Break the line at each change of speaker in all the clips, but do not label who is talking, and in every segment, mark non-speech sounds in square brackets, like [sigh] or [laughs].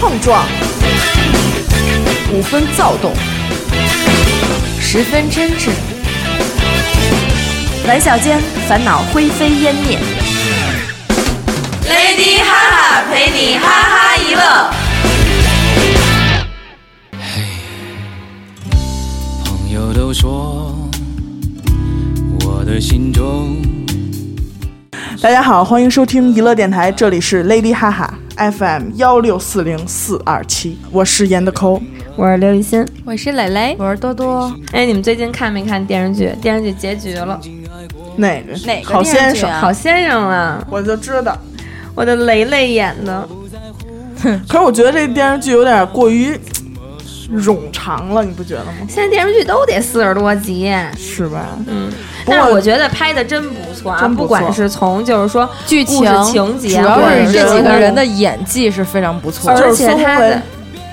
碰撞，五分躁动，十分真挚。玩笑间，烦恼灰飞烟灭。
Lady 哈哈陪你哈哈一乐。
朋友都说我的心中
大家好，欢迎收听娱乐电台，这里是 Lady 哈哈 FM 幺六四零四二七，我是严的抠。
我是刘雨欣，
我是蕾蕾，
我是多多。哎，你们最近看没看电视剧？电视剧结局了，
哪个？
哪个
好先生
电视剧？啊
好先生啊，
我就知道。
我的蕾蕾演的，
可是我觉得这电视剧有点过于嘖冗长了，你不觉得吗？
现在电视剧都得四十多集。
是吧？嗯。不
但是
过
我觉得拍的真不错啊，
真不错
不管是从就是说
剧
故
情
事情节，啊
主
或
要
者
是这几个
人物
人的演技是非常不错
而
的。
就是
且
孙
他
红雷
的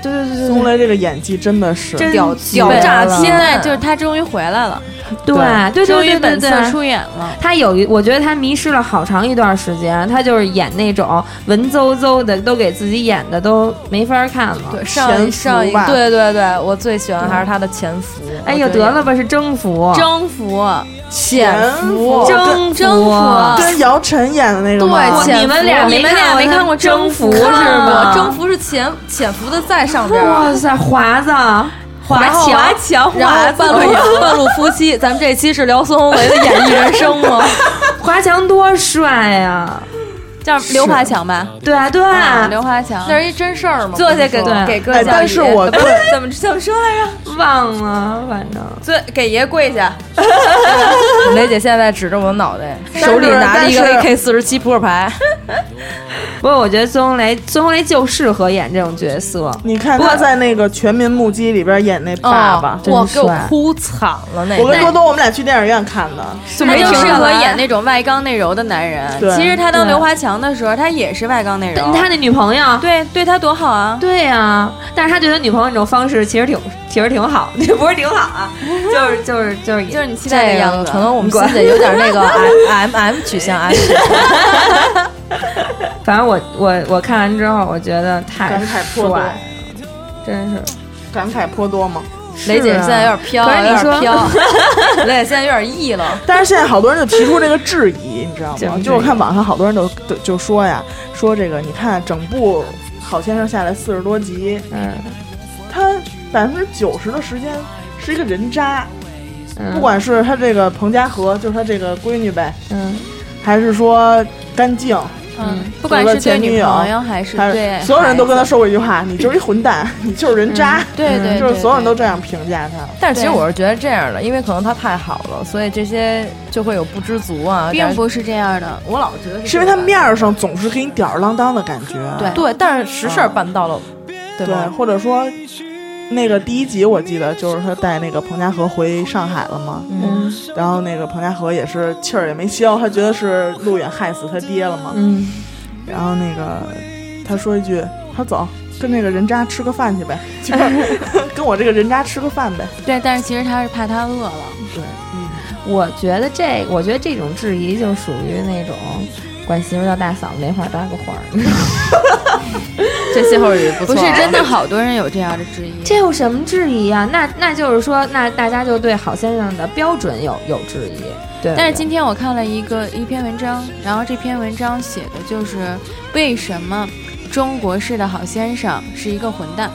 对对对
孙
对
红雷这个演技真的是，
对，
屌
屌
对
炸
现
天
在就是他终于回来了，
对对
终于
对对
本
对
色
对。
出演了。
他有一，我觉得他迷失了好长一段时间，他就是演那种文绉绉的，都给自己演的都没法看了。
对，
潜
上一
伏
上一
吧
对对对，我最喜欢还是他的潜伏。
哎
我
哦
呦，
觉
得了吧，是征服，
征服、
潜
潜
伏
伏、
征
征服
服
跟姚晨演的那个吗？
对，潜
你们俩
你
没
们
看
俩
过
没
他
看过
征服
看
是吗
过征服是潜潜伏的在上边儿，
哇塞，华子，啊
然后
华强，
然后
华
半
强
路半路夫妻，咱们这期是聊孙红雷的演艺人生哦吗？
华强多帅呀！
叫刘华强吧，
哦
对啊，对
啊，
啊，
刘华强，
那是一真事儿吗？
坐下
不是
给
说
给
哎，
哥讲
但是我对
怎么怎么说来着？
忘了，反正
最给爷跪下。雷姐现在指着我的脑袋，
是
手里拿着一个
但是
AK 四十七扑克牌。
不过我觉得孙红雷，孙红雷就适合演这种角色。
你看他在那个《全民目击》里边演那
哦
爸爸，
哇，
真
给我
帅
哭惨了哦那
我跟多
个。
多我们俩去电影院看的，
就
他
没
就
停
适
下
合
来
演那种外刚内柔的男人。
对
其实他当
对
刘华强的时候，他也是外刚内柔。
但他那女朋友，
对对他多好啊！
对呀、但是他对他女朋友那种方式其实挺，其实挺好， [laughs] 不是挺好
[laughs]
啊，就是就是就是
就是你期
这
待的
个
样
可
子。
能我们欣姐有点那个 M M M 取
[laughs]
向 M
啊
取向。
[laughs] 反正我我我看完之后，我觉得太
感慨
帅
颇多
了，真是。
感慨颇多嘛。
雷姐
是啊
现在有点飘，
可是你
有
说
点
[laughs]
飘。雷姐现在有点 E 了，
但是现在好多人就提出这个质疑，你知道
怎么
吗？
质疑
就我看网上好多人都都就说呀，说这个你看整部《好先生》下来四十多集，
嗯
他百分之九十的时间是一个人渣，
嗯，
不管是他这个彭佳和，就是他这个闺女呗，
嗯
还是说干净，
嗯，不管
除了
是对
前女
女
友
朋友还是
还
对
是所有人都跟他
孩子。
说过一句话：“你就是一混蛋， [laughs] 你就是人渣。”
对
嗯
对，
就是
对
所有人
对
都这样评价他。
但是其实
对
我是觉得这样的，因为可能他太好了，所以这些就会有不知足啊。
并不是这样的。我老觉得
是因为他面儿上总是给你吊儿郎当的感觉，啊
对
对，但是实事儿办到了，对
对，
吧？
或者说那个第一集我记得就是他带那个彭佳和回上海了嘛，
嗯
然后那个彭佳和也是气儿也没消，他觉得是陆远害死他爹了嘛，
嗯，
然后那个他说一句：“他走，跟那个人渣吃个饭去呗，就是
[laughs]
跟我这个人渣吃个饭呗。
对，但是其实他是怕他饿了。”
对，嗯，
我觉得这，我觉得这种质疑就属于那种管媳妇叫大嫂没话搭个话儿。
[laughs] 这歇后语不
不
错。啊
是真的，好多人有这样的质疑。
这有什么质疑啊？那那就是说，那大家就对好先生的标准有有质疑。对，
但是今天我看了一个一篇文章，然后这篇文章写的就是为什么中国式的好先生是一个混蛋。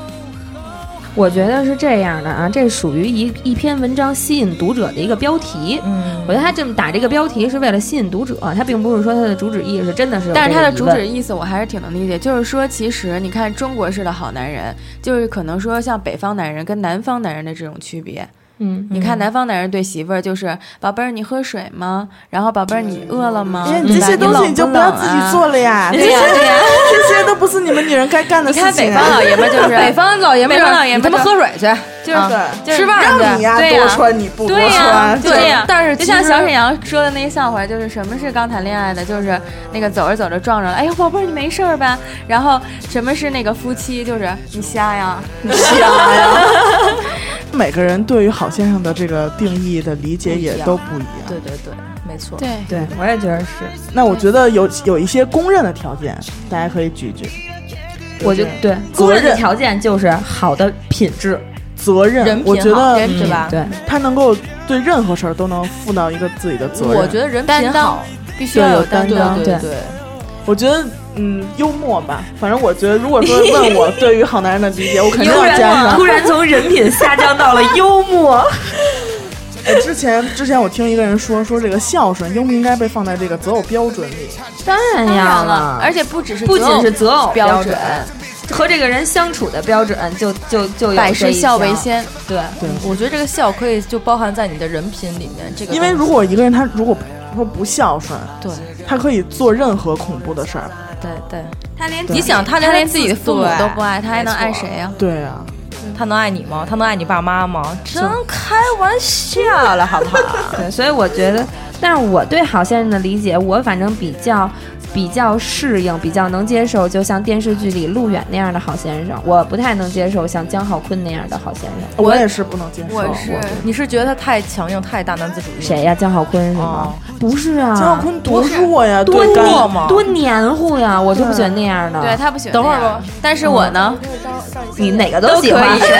我觉得是这样的啊，这属于一一篇文章吸引读者的一个标题。
嗯
我觉得他这么打这个标题是为了吸引读者，他并不是说他的主旨意识真的是有这个疑问。
但是他的主旨意思我还是挺能理解，就是说，其实你看中国式的好男人，就是可能说像北方男人跟南方男人的这种区别。
嗯，
你看南方男人对媳妇儿就是宝贝儿你喝水吗？然后宝贝儿你饿了吗？
因为你这些
对吧
东西你就不要自己。
冷啊
做了呀，这
对呀
些
对呀，
[laughs] 这些都不是你们女人该干的
你
事
看北
情
方
啊。
老爷们儿就是
北方老爷们儿
北
说，
方老爷们儿
你他妈
说
喝水去，
嗯就是
啊
对，
吃饭
让
对
你呀
对呀
多穿你不多
对呀
穿，，
对呀，
但是
就
其
像
实
小沈阳说的那些笑话，就是什么是刚谈恋爱的，就是那个走着走着撞着了，哎呀宝贝儿你没事儿吧？然后什么是那个夫妻，就是你瞎呀，你瞎呀，
每个人对于好先生的这个定义的理解也都不一样。
对对对，没错。
对，
对，我也觉得是。
那我觉得有有一些公认的条件，大家可以举一举。
我就对
责
公认的
任
条件就是好的品质，
责任
人，品
我觉
好
得嗯
人是吧？
嗯对，
他能够对任何事儿都能负到一个自己的责任。
我觉得人
担
品
当
好，
必须要
对有
有担
担
当。
当
对
对
对对，
我觉得，嗯，幽默吧。反正我觉得，如果说问
[laughs]
我对于好男人的理解，我肯定要
突
加
然
上
突。然从人品下降到了幽默，
哎，之前之前我听一个人说，说这个孝顺应不应该被放在这个择偶标准里？
当然
[laughs] 当
要
然了，而且不只是
不
择
仅
偶
是择偶
标
准，和这个人相处的标准就就就有
百
这
事
一
孝为
条，
先，
对，
我觉得这个孝可以就包含在你的人品里面。这个
因为
东西
如果一个人他如果说不孝顺，
对
他可以做任何恐怖的事儿。
对对，
他连
你想他
他连
连自己的父
父
母
母
都
都
不
不
爱，
爱，他还能
没错
爱谁呀？
对啊，
他能爱你吗？他能爱你爸妈吗？真开玩笑了，好不
[laughs]
好？
对，所以我觉得，但是我对好先生的理解，我反正比较比较适应，比较能接受，就像电视剧里陆远那样的好先生，我不太能接受像江浩坤那样的好先生。
我也是不能接受。啊
我是
你是觉得他太强硬，太大男子主义？
谁？呀、江浩坤是吗？不是啊，
姜浩坤多弱啊呀，
多
对干
黏多黏糊呀，我就不喜欢那样的。
啊对他不喜欢。
等会儿
吧，但是我呢，
你哪个都喜 [laughs] 欢
[laughs]
都可以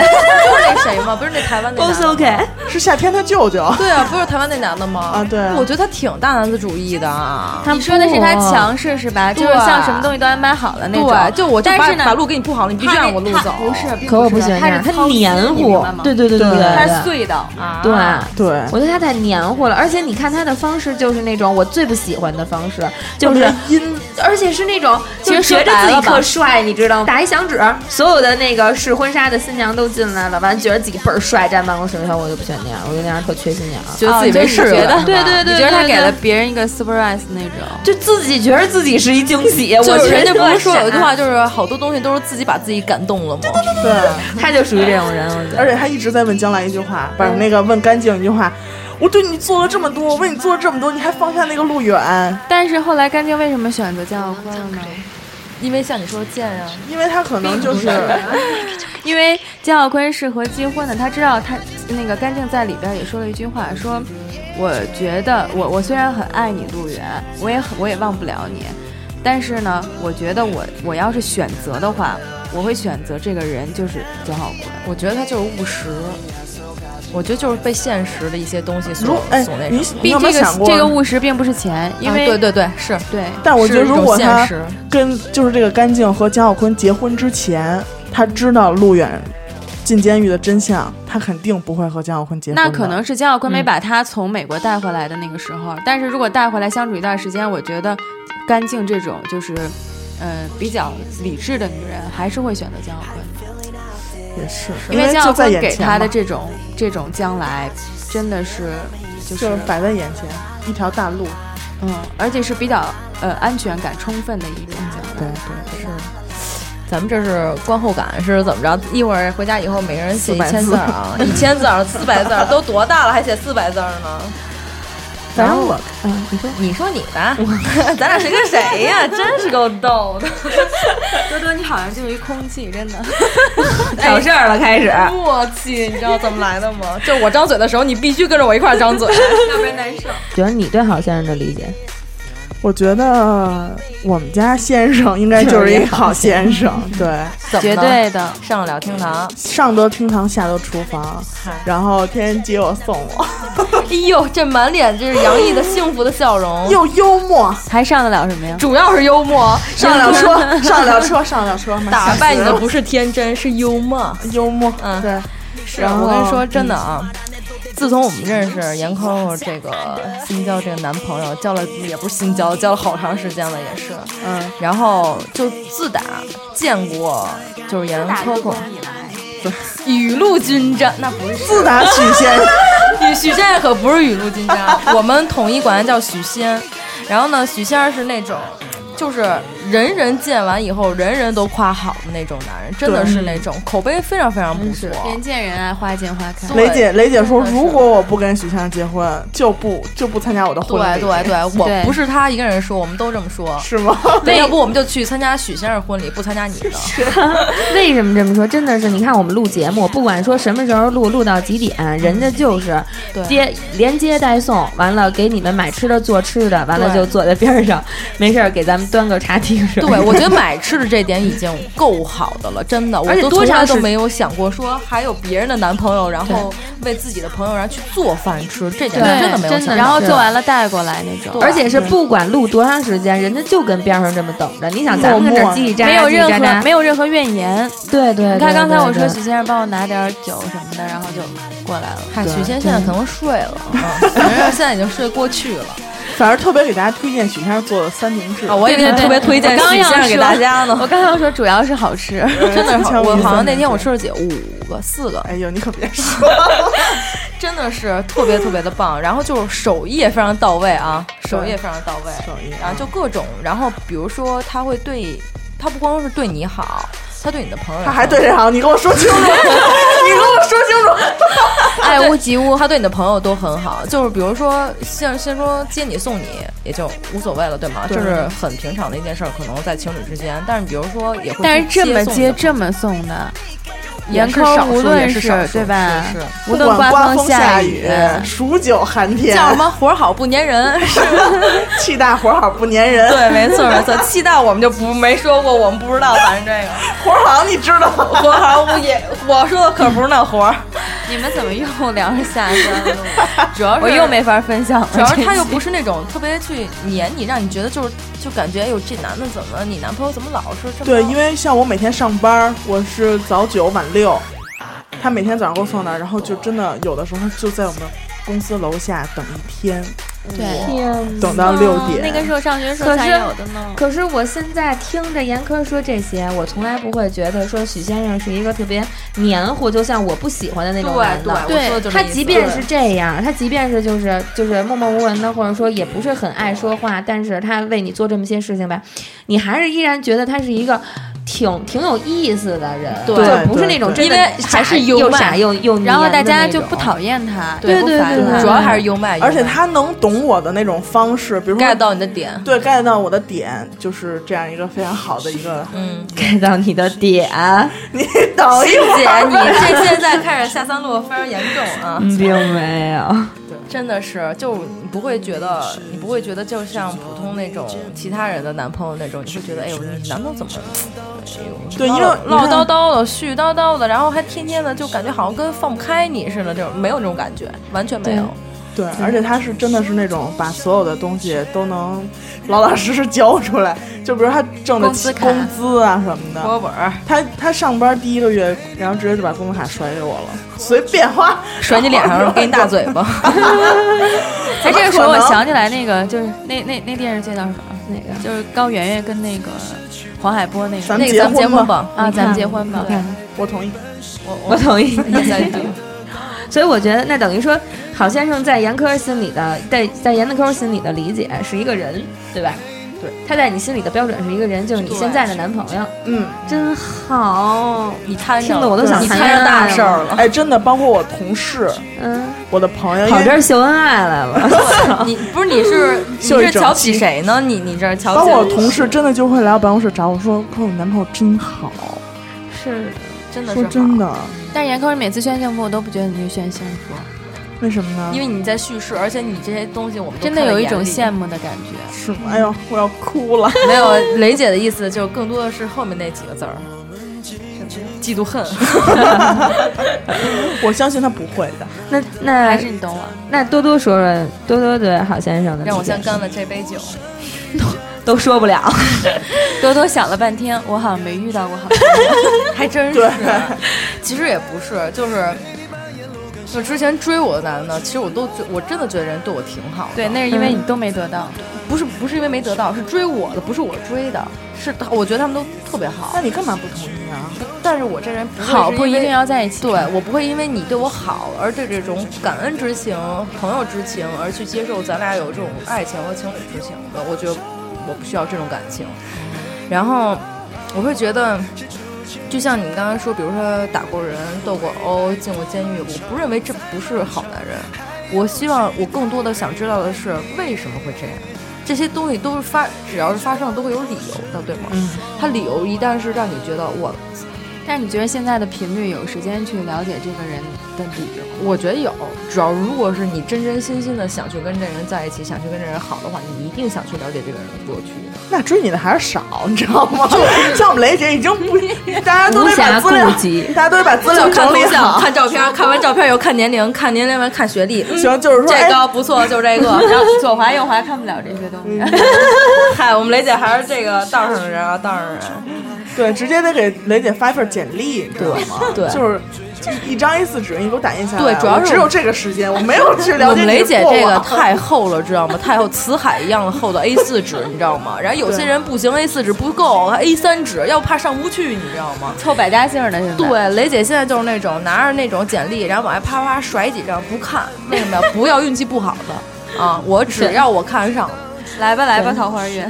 那谁吗？不是那台湾那男
，both
的？
OK。
是夏天他舅舅。
对啊，不是台湾那男的吗？啊
对啊
我觉得他挺大男子主义的啊。
他
你说的是他强势是吧？就是像
对
什么东西都安排好了那种。
对，就我就
但
把
是呢，
把路给你铺好了，你必须
他
按
那
我路
他
走。
不是，并
可我
不
不喜欢那
他是
样，他
操心
黏
你
糊
明白吗，
对对对对对，
他是
对
隧道。
啊
对，
对，
我觉得他太黏糊了，而且你看他的方式就是那种我最不喜欢的方式，就是嗯
阴
而且是那种就是
其实
觉
说
着
白
自己
了吧
特帅，你知道吗？打一响指，所有的那个试婚纱的新娘都进来了，完觉得自己倍儿帅，站办公室里头，我就不喜欢那样，我觉得那样特缺心眼儿。
觉得自己没事
哦就是你觉得
对对对
你觉得他
对
给
对
了别人一个 surprise 那种。
就自己觉得自己是一惊喜，
就
我
是
觉得
人家不
特
是
啊
说有一句
傻
[laughs] 话，，就是好多东西都是自己把自己感动了吗？
对，
他就属于这种人，我觉
而
得。
且他一直在问江兰一句话，不是那个问干净一句话。我对你做了这么多，我为你做了这么多，你还放下那个路远，
但是后来甘静为什么选择江浩坤了呢？
因为像你说的贱啊，
因为他可能就是
因为江浩坤是和金婚的，他知道他那个甘静在里边也说了一句话，说我觉得我我虽然很爱你陆源，我也很我也忘不了你，但是呢，我觉得我我要是选择的话，我会选择这个人就是江浩坤。
我觉得他就是务实，我觉得就是被现实的一些东西所
如哎
所，那
你
什么。
你有
并
没
这
有想
个
过？
这个务实并不是钱，因为、
啊对对对是，
对
但我觉得
是一种
如果
现
他
实
跟就是这个干净和江小坤结婚之前，他知道路远进监狱的真相，他肯定不会和江小坤结婚的。
那可能是江小坤没把他从美国带回来的那个时候，但是如果带回来相处一段时间，我觉得干净这种就是，呃，比较理智的女人还是会选择江小坤，
也是，
因
为
江
就
小
在
坤
眼
给
前
他的
嘛
这种这种将来真的是就
就是是摆在眼前一条大路。
嗯，而且是比较呃安全感充分的一种将
对
来。
对，
是。咱们这是观后感是怎么着？一会儿回家以后每个人写一
400
千字儿啊，一千字儿、四百字儿都多大了，还写四百字儿呢？
反正我
你说你的， [laughs] 咱俩谁跟谁呀？真是够逗的。
多多，你好像就是一空气，真的。
挑事儿了，开始。
哎默契，你知道怎么来的吗？就是我张嘴的时候，你必须跟着我一块儿
[laughs]
张嘴，要不然难受。
觉得你对好先生的理解，
我觉得我们家先生应该就是一好先生，对。
怎么
绝
了
对的，
上得了厅堂，
上得厅堂，下得厨房，然后天天接我送我，
哎呦，这满脸这是洋溢的幸福的笑容，
又幽默，
还上得了什么呀？
主要是幽默，
上得了车，上得了车，上得了车，
打败你的不是天真，是幽默。
幽默，
嗯
对，
是
然后
我跟你说真的啊，自从我们认识严空空这个新交这个男朋友，交了也不是新交，交了好长时间了，也是。
嗯，
然后就自打见过就是严科科， [laughs] 雨露均沾，那不是
自打许仙，
你 [laughs] 许仙可不是雨露均沾，我们统一管他叫许仙。然后呢，许仙是那种，就是人人见完以后，人人都夸好的那种男人，真的是那种口碑非常非常不错。
人见人爱，花见花开。
雷姐，雷姐说，
真的是
如果我不跟许先生结婚，就不就不参加我的婚
对
礼，
对对，我
对
不是他一个人说，我们都这么说。
是吗？
对，要不我们就去参加许先生婚礼，不参加你的。
为什么这么说？真的是，你看我们录节目，不管说什么时候录，录到几点，人家就是接连接带送，完了给你们买吃的做吃的，完了
对
就坐在边儿上，没事儿给咱们端个茶提这个人。
对，我觉得买吃的这点已经够好的了，真的，我
而且
都
多
从
长
来都
时
没有想过说还有别人的男朋友，然后为自己的朋友然后去做饭吃，这点
对
真的没有想
真
过。
的，然后做完了带过来那种，
而且是不管录多长时间，人家就跟边上这么等着。你想，咱们跟这儿叽叽喳喳，
没有任
叽叽喳
何
喳
没有任何怨言。
啊对对。
你看刚才我说许
许
先生帮我拿点酒什么的，然后就过来了。
嗨，许仙现在可能睡了，啊，反 [laughs] 正现在已经睡过去了
[laughs] 反正特别给大家推荐许先生做的三明治
啊！我也
对对
特别推荐
我刚
许
要
仙给
说
大家呢
我，刚要说主要是好吃，
[laughs] 真的
经
是，
常
我
有
好
三
像那
明
天我
治
吃了几个五个四个，
哎呦，你可别 [laughs] 说，
真的是特别特别
[laughs]
的棒，然后就是手艺也非常到位啊，手艺也非常到位，
手艺
然后啊就各种，然后比如说他会对，他不光是对你好，他对你的朋友也好，
他 [laughs] 还
[laughs]
对上，你跟我说清楚，你跟我说清楚。
爱屋及乌。
他对你的朋友都很好，就是比如说像先说接你送你也就无所谓了，对吗？这是很平常的一件事儿，可能在情侣之间，但是比如说也会，
但是这么接这么送的，严苛无论
是少数
对吧
是是？
无
不
论
管刮
风
风
下
雨，数九寒天，
叫什么活好不粘人，
[laughs]
[laughs] 是
气大活好不粘人。
[laughs] 对，没错没错，气大我们就不没说过，我们不知道，反正这个。
活好你知道吗？
活好我也，我说的可不是那活儿，
你们怎么又聊上下山
[laughs]
了？
主要是
我又没法分享了。
主要是他又
这期
不是那种特别去黏你，让你觉得就是就感觉哎呦这男的怎么你男朋友怎么老是这么
对，因为像我每天上班，我是早九晚六，他每天早上给我送那儿，然后就真的有的时候就在我们公司楼下等一天，
对，
等到六点。
那个时候上学时候
可是
才有的呢。
可是我现在听着严科说这些，我从来不会觉得说许先生是一个特别黏糊，就像我不喜欢的那种男的。
对，我说的就是
他
这意思
即便是这样，他即便是就是就是默默无闻的，或者说也不是很爱说话，但是他为你做这么些事情吧，你还是依然觉得他是一个挺挺有意思的人，
对
就不是那种
对
真
因
的
为
傻
还是幽
又
默
傻又又黏的那种，
然后大家就
[laughs]
不讨厌他，
对
不
对
烦
对
他
对
主要还是优麦，
而且他能懂我的那种方式，比如说
get 到你
[laughs]
的点，
对 get 到我的点，就是这样一个非常好的一个。
嗯，
get 到你的点，
你等一会
姐
儿，
啊你这现在开始下三路非常严重啊，
嗯
并 [laughs] 没有。
真的是就你不会觉得你不会觉得就像普通那种其他人的男朋友那种，你会觉得哎呦你男朋友怎么哎呦
对，因为
唠叨叨的、絮絮叨叨的，然后还天天的，就感觉好像跟放不开你似的，这种没有这种感觉，完全没有。
对，
嗯
而且他是真的是那种把所有的东西都能老老实实交出来，就比如他挣的
工资卡
工资啊什么的，
国本儿
他他上班第一个月，然后直接就把工资卡甩给我了，随便
[laughs]
花，
甩你脸上，给
[laughs]
你大嘴巴。
哎，这个时
可
候我
能
想起来那个，就是那那那电视剧叫什么？那个就是高圆圆跟那个黄海波那个
咱
那
们
个咱们结
结
婚
婚
吧
哦
吧，
啊，咱们结婚吧。对
我同意。
我
我
我
同意。
再读。
[laughs] 所以我觉得，那等于说，郝先生在严科心里的，在在严科心里的理解是一个人，对吧？
对，
他在你心里的标准是一个人，就是你现在的男朋友，
嗯，
真好。
你摊
听
上
了我都想
你
谈
摊上
恋爱
大
了
事儿了。
哎，真的，包括我同事、
嗯，
我的朋友，因
跑这
为
儿秀恩爱来了。
你不是你是你
秀一
是
整
瞧不起谁呢？你你这瞧
包
不起
括我同事真的就会来我办公室找我说，说我男朋友真好，
是，
真的
说
是
真
好，
的，
但是严科每次炫幸福，我都不觉得你去炫幸福，
为什么呢？
因为你在叙事，而且你这些东西我们都
真的
看在
有一
眼
种
里
羡慕的感觉。
是吗？哎呦，我要哭了。 [laughs]
没有雷姐的意思，就更多的是后面那几个字儿，嫉妒恨。
我相信他不会的。
[laughs] 那那
还是你懂我，
那多多说说，多多对郝先生的理解
让我先干了这杯酒。
都说不了。
多多想了半天，我好像没遇到过好。
[laughs] 还真是
对，
其实也不是，就是就之前追我的男的，其实我都觉我真的觉得人对我挺好的。
对，那是因为你都没得到。
不是不是因为没得到，是追我的，不是我追的，是他我觉得他们都特别好
那。你干嘛不同意啊？
不但是我这人不会
好
是
不一
因为
定要在一起。
对我不会因为你对我好而对这种感恩之情、朋友之情而去接受咱俩有这种爱情和情侣之情的。我觉得我不需要这种感情。然后我会觉得，就像你刚刚说，比如说打过人、斗过殴、进过监狱，我不认为这不是好男人。我希望我更多的想知道的是为什么会这样。这些东西都是发，只要是发生了都会有理由的，对吗？
嗯，
他理由一旦是让你觉得我
但是你觉得现在的频率有时间去了解这个人的理由？
我觉得有，主要如果是你真真心心的想去跟这人在一起，想去跟这人好的话，你一定想去了解这个人的过去。
那追你的还是少，你知道
[laughs]
吗？像我们雷姐已经不，大家都得把资
无暇顾及
料，大家都得把资料整理
[laughs]
好。
看照片，看完照片以后看年龄，看年龄完看学历。嗯
行，就是说，
这
哎，
个不错，
[laughs]
就这个。
然后左滑右滑看不了这些东西。
嗯
[laughs] 嗨，我们雷姐还是这个道上人啊，道上人。
对，直接得给雷姐发一份简历，知道吗？
对
就是一一张 A 4纸，你给我打印下来。
对主要
我
是
只有这个时间，我没有去了
我
解你的
们雷姐
过
这
[laughs]
个
往
太厚了，知道吗？太厚，辞海一样厚的 A 4纸，你知道吗？然后有些人不行，A 4纸不够，A 3纸，要不怕上不去，你知道吗？
凑百家姓儿的现在，
对，雷姐现在就是那种拿着那种简历，然后往外啪啪甩几张，不看，为什么呀？不要运气不好的啊！我只要我看上了。
来吧来吧，桃花运。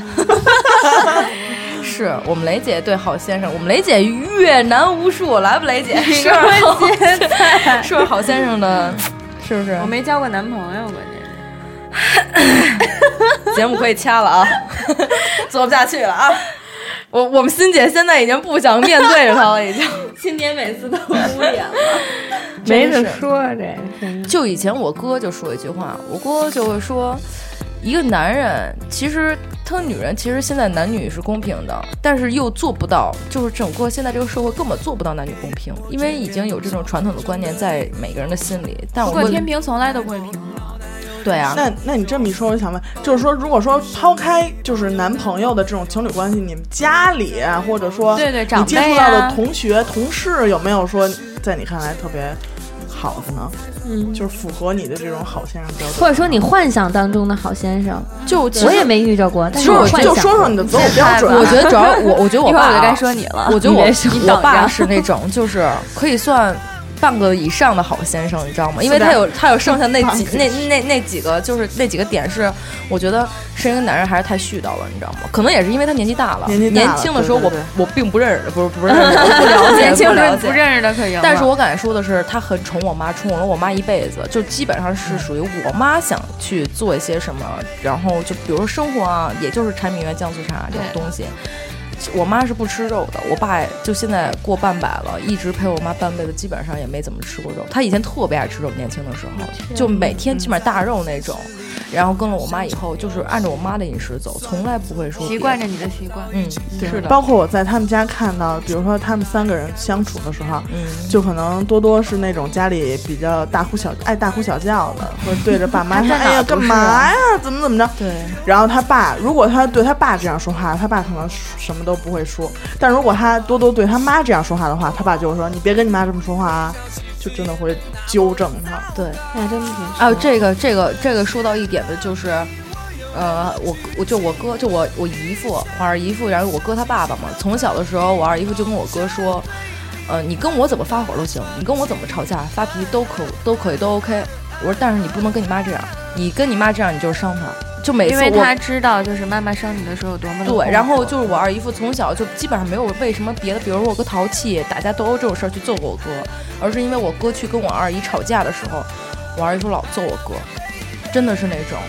是我们雷姐对好先生，我们雷姐越南无数，来吧，雷姐，是好先生， [laughs] 是好先生的，是不是
我？没交过男朋友，关键是。
节目可以掐了啊， [laughs] 做不下去了啊。我我们欣姐现在已经不想面对着他了，已经。
今年每次都污点了。
没得说这。
就以前我哥就说一句话，我哥就会说，一个男人其实他女人其实现在男女是公平的，但是又做不到，就是整个现在这个社会根本做不到男女公平，因为已经有这种传统的观念在每个人的心里。但
不
我
过
问
天平从来都不会平衡。
对啊，
那那你这么一说，我就想问，就是说，如果说抛开就是男朋友的这种情侣关系，你们家里啊或者说
对对
你
长
接触
辈
到的
啊
同学、同事，有没有说在你看来特别好的呢？嗯，就是符合你的这种好先生标准。
或者说你幻想当中的好先生，
就其实
我也没遇着过，但
其
是
实
我
我
幻
就
想
说说你的择偶标准啊。
我觉得主要我我觉得我
一会
爸
儿我就该 [laughs]
啊
说你了。
我觉得我
你别说
我爸
着
是那种就是可以算半个以上的好先生，你知道吗？因为
是的
他有他有剩下那几那那那几个就是那几个点是，我觉得是一个男人还是太絮叨了，你知道吗？可能也是因为他年纪大了，
年纪大了
轻的时候
对
我
对
我并不认识，不是
[laughs]
不是认识，我不了解，
年轻
不
时候
了
不
解。
认识的可赢了，
但是我敢说的是，他很宠我妈，宠了我妈一辈子，就基本上
嗯
是属于我妈想去做一些什么，然后就比如说生活啊，也就是柴米油盐酱醋茶这种东西。我妈是不吃肉的，我爸就现在过半百了，一直陪我妈半辈子，基本上也没怎么吃过肉。他以前特别爱吃肉，年轻的时候就每天基本上大肉那种。
嗯
然后跟了我妈以后，就是按照我妈的饮食走，从来不会说
习惯着。你的习惯。
嗯，
对
是的，
包括我在他们家看到，比如说他们三个人相处的时候，
嗯，
就可能多多是那种家里比较大呼小爱大呼小叫的，或者对着爸
[laughs]
妈说：“哎呀，干嘛呀？怎么怎么着？”
对，
然后他爸，如果他对他爸这样说话，他爸可能什么都不会说；但如果他多多对他妈这样说话的话，他爸就会说：“你别跟你妈这么说话啊！”就真的会纠正他。
对。
那哎真挺
啊，这个这个这个说到一点的就是，呃，我我就我哥就我我姨父，我二姨父，然后我哥他爸爸嘛，从小的时候我二姨父就跟我哥说，呃，你跟我怎么发火都行，你跟我怎么吵架发脾气都可都可以都 OK。我说，但是你不能跟你妈这样，你跟你妈这样你就是伤她，就每次
因为
我
他知道，就是妈妈生你的时候有多么的
对，
痛
然后
苦啊
就是我二姨夫从小就基本上没有为什么别的，比如说我哥淘气、打架斗殴这种事儿去揍过我哥，而是因为我哥去跟我二姨吵架的时候，我二姨夫老揍我哥，真的是那种，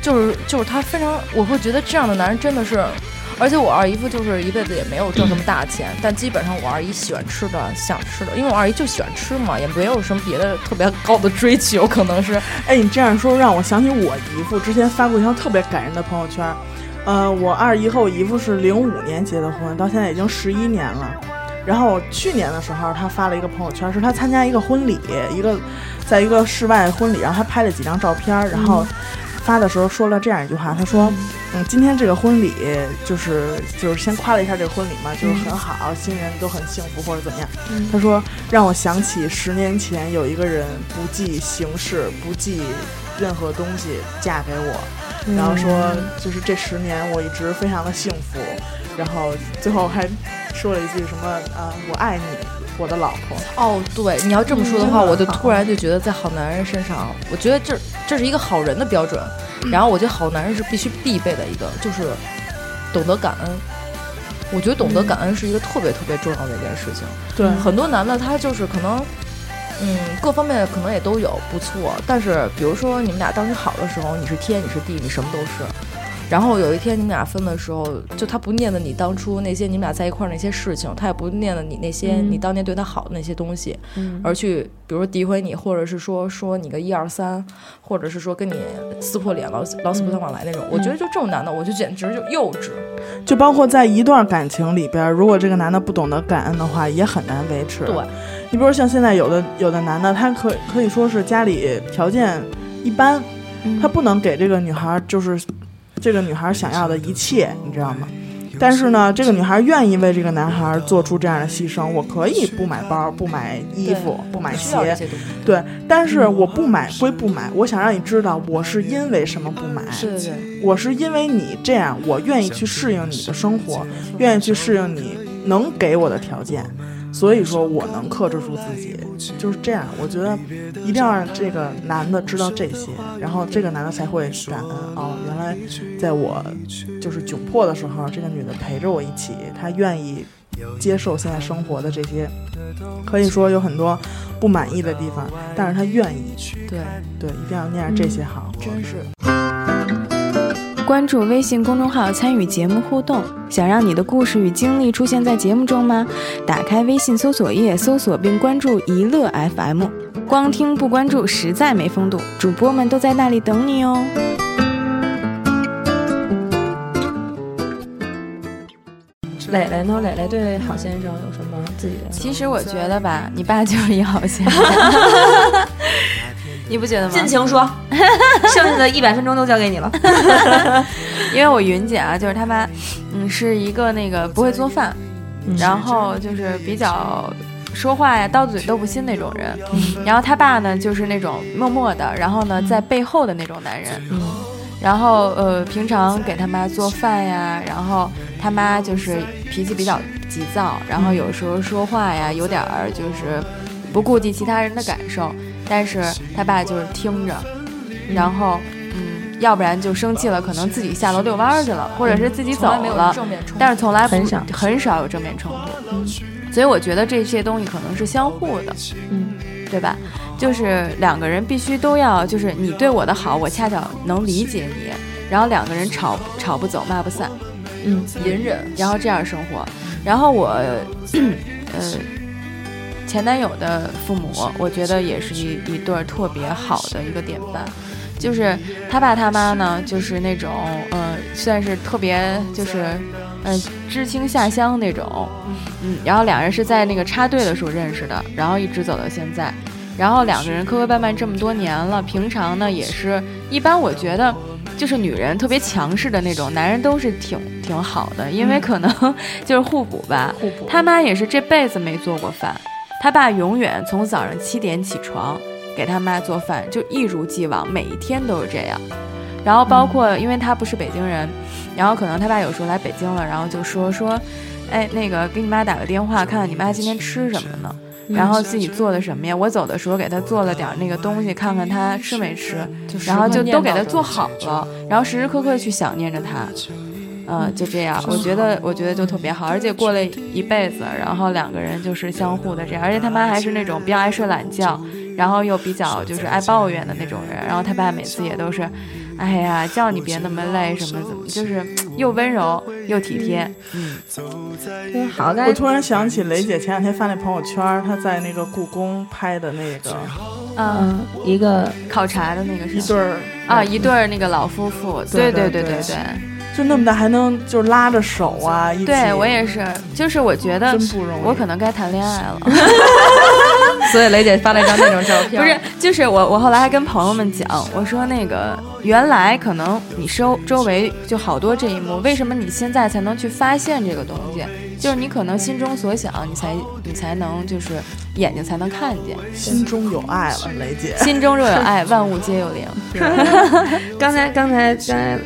就是就是他非常，我会觉得这样的男人真的是。而且我二姨夫就是一辈子也没有挣什么大钱，但基本上我二姨喜欢吃的、想吃的，因为我二姨就喜欢吃嘛，也没有什么别的特别高的追求，可能是
哎，你这样说让我想起我姨父之前发过一条特别感人的朋友圈儿。呃，我二姨和我姨父是零五年结的婚，到现在已经十一年了。然后去年的时候，他发了一个朋友圈，是他参加一个婚礼，一个在一个室外婚礼，然后他拍了几张照片儿，然后发的时候说了这样一句话，他说：“嗯，今天这个婚礼就是就是先夸了一下这个婚礼嘛，就是很好，新人都很幸福或者怎么样。”
嗯
他说让我想起十年前有一个人不计形式，不计任何东西嫁给我，
嗯
然后说就是这十年我一直非常的幸福，然后最后还说了一句什么啊、我爱你，我的老婆。
哦，对，你要这么说的话，
嗯
我就突然就觉得在好男人身上，我觉得这这是一个好人的标准。然后我觉得好男人是必须必备的一个，就是懂得感恩。我觉得懂得感恩是一个特别特别重要的一件事情。
对
很多男的他就是可能，嗯，各方面可能也都有不错，但是比如说你们俩当时好的时候，你是天，你是地，你什么都是。然后有一天你们俩分的时候，就他不念叨你当初那些你们俩在一块儿那些事情，他也不念叨你那些你当年对他好的那些东西，
嗯
而去比如说诋毁你，或者是说说你个一二三，或者是说跟你撕破脸老死老死不相往来那种。我觉得就这种男的，我就简直就幼稚。
就包括在一段感情里边，如果这个男的不懂得感恩的话，也很难维持。
对，
你比如像现在有的有的男的，他可可以说是家里条件一般，
嗯
他不能给这个女孩就是这个女孩想要的一切，你知道吗？但是呢，这个女孩愿意为这个男孩做出这样的牺牲，我可以不买包、不买衣服、不买
需要这
鞋，
些东西。
对，但是我不买归不买，我想让你知道我是因为什么不买，
对对对，
我是因为你这样，我愿意去适应你的生活，愿意去适应你能给我的条件，所以说我能克制住自己，就是这样。我觉得一定要让这个男的知道这些，然后这个男的才会感恩哦，原来在我就是窘迫的时候，这个女的陪着我一起，她愿意接受现在生活的这些，可以说有很多不满意的地方，但是她愿意去，
对，
对，一定要念着这些好。
真是。
关注微信公众号参与节目互动，想让你的故事与经历出现在节目中吗？打开微信搜索页，搜索并关注“一乐 FM”，光听不关注实在没风度，主播们都在那里等你哦。
磊磊呢？磊磊对好先生有什么自己的？
其实我觉得吧，你爸就是一好先
[laughs]
生，你不觉得吗？
尽情 [laughs] 说，剩下的一百分钟都交给你了。
因为我云姐啊，就是她妈，嗯，是一个那个不会做饭，然后嗯就是比较说话呀刀子嘴豆腐心那种人，然后他爸呢就是那种默默的，然后呢在背后的那种男人，然后呃平常给他妈做饭呀，然后他妈就是脾气比较急躁，然后有时候说话呀有点儿就是不顾及其他人的感受，但是他爸就是听着，然后。嗯，要不然就生气了，可能自己下楼遛弯儿去了，或者是自己走
嗯从来没有
了，
正面冲突，
但是从来不
很少
很少有正面冲突。所以我觉得这些东西可能是相互的，
嗯，
对吧？就是两个人必须都要，就是你对我的好，我恰巧能理解你，然后两个人吵吵不走，骂不散，
嗯，
隐忍，然后这样生活。然后我，呃，前男友的父母，我觉得也是一一对儿特别好的一个典范。就是他爸他妈呢，就是那种，呃，算是特别就是，嗯、知青下乡那种，嗯，然后两人是在那个插队的时候认识的，然后一直走到现在，然后两个人磕磕绊绊这么多年了，平常呢也是一般，我觉得。就是女人特别强势的那种，男人都是挺挺好的，因为可能 [laughs] 就是互补吧。
互补
他妈也是这辈子没做过饭，他爸永远从早上七点起床给他妈做饭，就一如既往，每一天都是这样。然后包括因为他不是北京人，然后可能他爸有时候来北京了，然后就说说，哎，那个给你妈打个电话，看看你妈今天吃什么呢。
嗯
然后自己做的什么呀？我走的时候给她做了点儿那个东西，看看她吃没吃，然后就都给她做好了，然后时时刻刻去想念着她。嗯，就这样，我觉得，我觉得就特别好，而且过了一辈子，然后两个人就是相互的这样，而且他妈还是那种比较爱睡懒觉，然后又比较就是爱抱怨的那种人，然后他爸每次也都是，哎呀，叫你别那么累，什么怎么，就是又温柔又体贴，
嗯
真好，刚
我
才
突然想起雷姐前两天发那朋友圈，她在那个故宫拍的那个
嗯，
嗯一个
考察的那个
一
是
对儿
啊，一对儿那个老夫妇，
对
对
对
对
对
对对。
就那么大还能就是拉着手啊，一起
对我也是，就是我觉得
真不容易
我可能该谈恋爱了，
所以雷姐发了一张那种照片，
不是，就是我我后来还跟朋友们讲，我说那个原来可能你周周围就好多这一幕，为什么你现在才能去发现这个东西？就是你可能心中所想，你才你才能就是眼睛才能看见，
心中有爱了，雷姐。
心中若有爱，万物皆有
[laughs]
灵。
刚才刚才刚才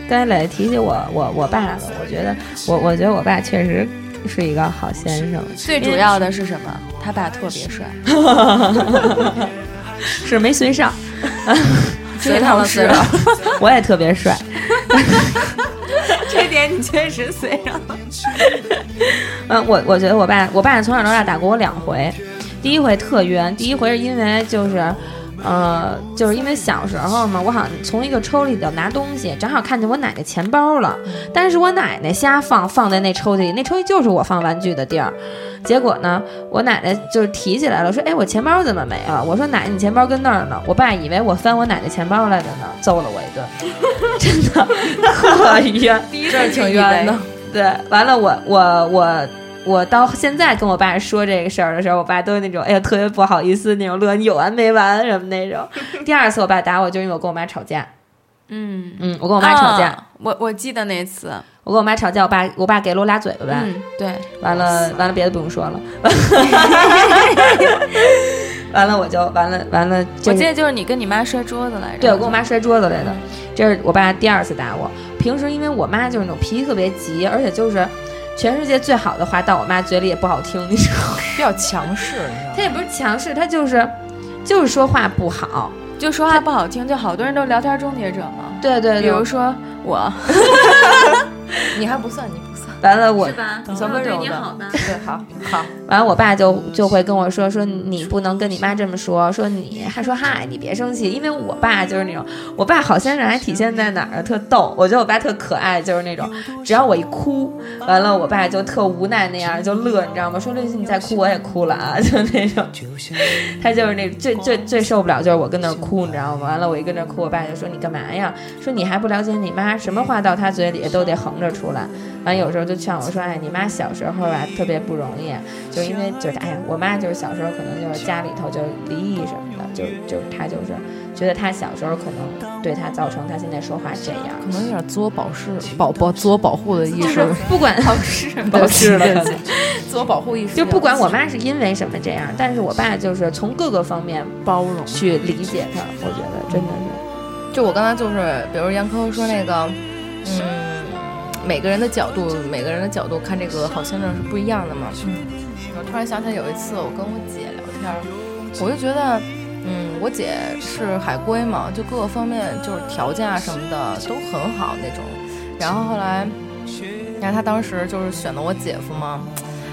刚才磊提起我我我爸了，我觉得我我觉得我爸确实是一个好先生，
最主要的是什么？他爸特别帅，
是没随上，嗯
随他了，随
[laughs]
了。
我也特别帅，
这点你确实随上。
[laughs] 嗯，我我觉得我爸，我爸从小到大打过我两回，第一回特冤，第一回是因为就是，呃，就是因为小时候嘛，我好像从一个抽屉里头拿东西，正好看见我奶奶钱包了，但是我奶奶瞎放，放在那抽屉里，那抽屉就是我放玩具的地儿。结果呢，我奶奶就是提起来了，说：“哎，我钱包怎么没了？”我说：“奶奶，你钱包跟那儿呢。”我爸以为我翻我奶奶钱包来着呢，揍了我一顿， [laughs] 真的特冤。
这挺冤的。
对，完了我我我我到现在跟我爸说这个事儿的时候，我爸都是那种哎呀特别不好意思那种乐，你有完没完什么那种。第二次我爸打我，就是因为我跟我妈吵架。
嗯，
嗯，我跟我妈吵架，
啊我我记得那次，
我跟我妈吵架，我爸我爸给了我俩嘴巴吧。
嗯，对，
完了完了，别的不用说了。 [laughs] 完了我就完了完了，这
我记得就是你跟你妈摔桌子来着。
对，我跟我妈摔桌子来的，这是我爸第二次打我。平时因为我妈就是那种脾气特别急，而且就是全世界最好的话到我妈嘴里也不好听，你知道吗？
比较强势，你知道吗
她也不是强势，她就是就是说话不好。
就说话不好听，就好多人都聊天终结者嘛。
对对
比
对，
如说
啊
[laughs] 我，
你还不算，你不算，
完了我
吧？
你算温柔的。嗯对，好好，
完了，我爸就就会跟我说说你不能跟你妈这么说，说你还说嗨，你别生气，因为我爸就是那种，我爸好先生还体现在哪儿啊？特逗，我觉得我爸特可爱，就是那种，只要我一哭，完了我爸就特无奈那样就乐，你知道吗？说刘雨欣你再哭我也哭了啊， [laughs] 就那种，他就是那最最最受不了就是我跟那儿哭，你知道吗？完了我一跟那儿哭，我爸就说你干嘛呀？说你还不了解你妈，什么话到她嘴里都得横着出来。完有时候就劝我说，哎，你妈小时候啊特别不容易。就因为就是哎呀，我妈就是小时候可能就是家里头就离异什么的，就就她就是觉得她小时候可能对她造成她现在说话这样，
可能有点自我保释、保保自我保护的
[laughs]
意
就是
识，
不管
保
释了可能
自我保护意识
就不管我妈是因为什么这样，但是我爸就是从各个方面
包容。
去理解她，我觉得真的是
就我刚才就是，比如杨科说那个，嗯，每个人的角度，每个人的角度看这个好先生是不一样的嘛。我突然想起来有一次我跟我姐聊天儿，我就觉得，嗯，我姐是海归嘛，就各个方面就是条件啊什么的都很好那种。然后后来，然后她当时就是选的我姐夫嘛。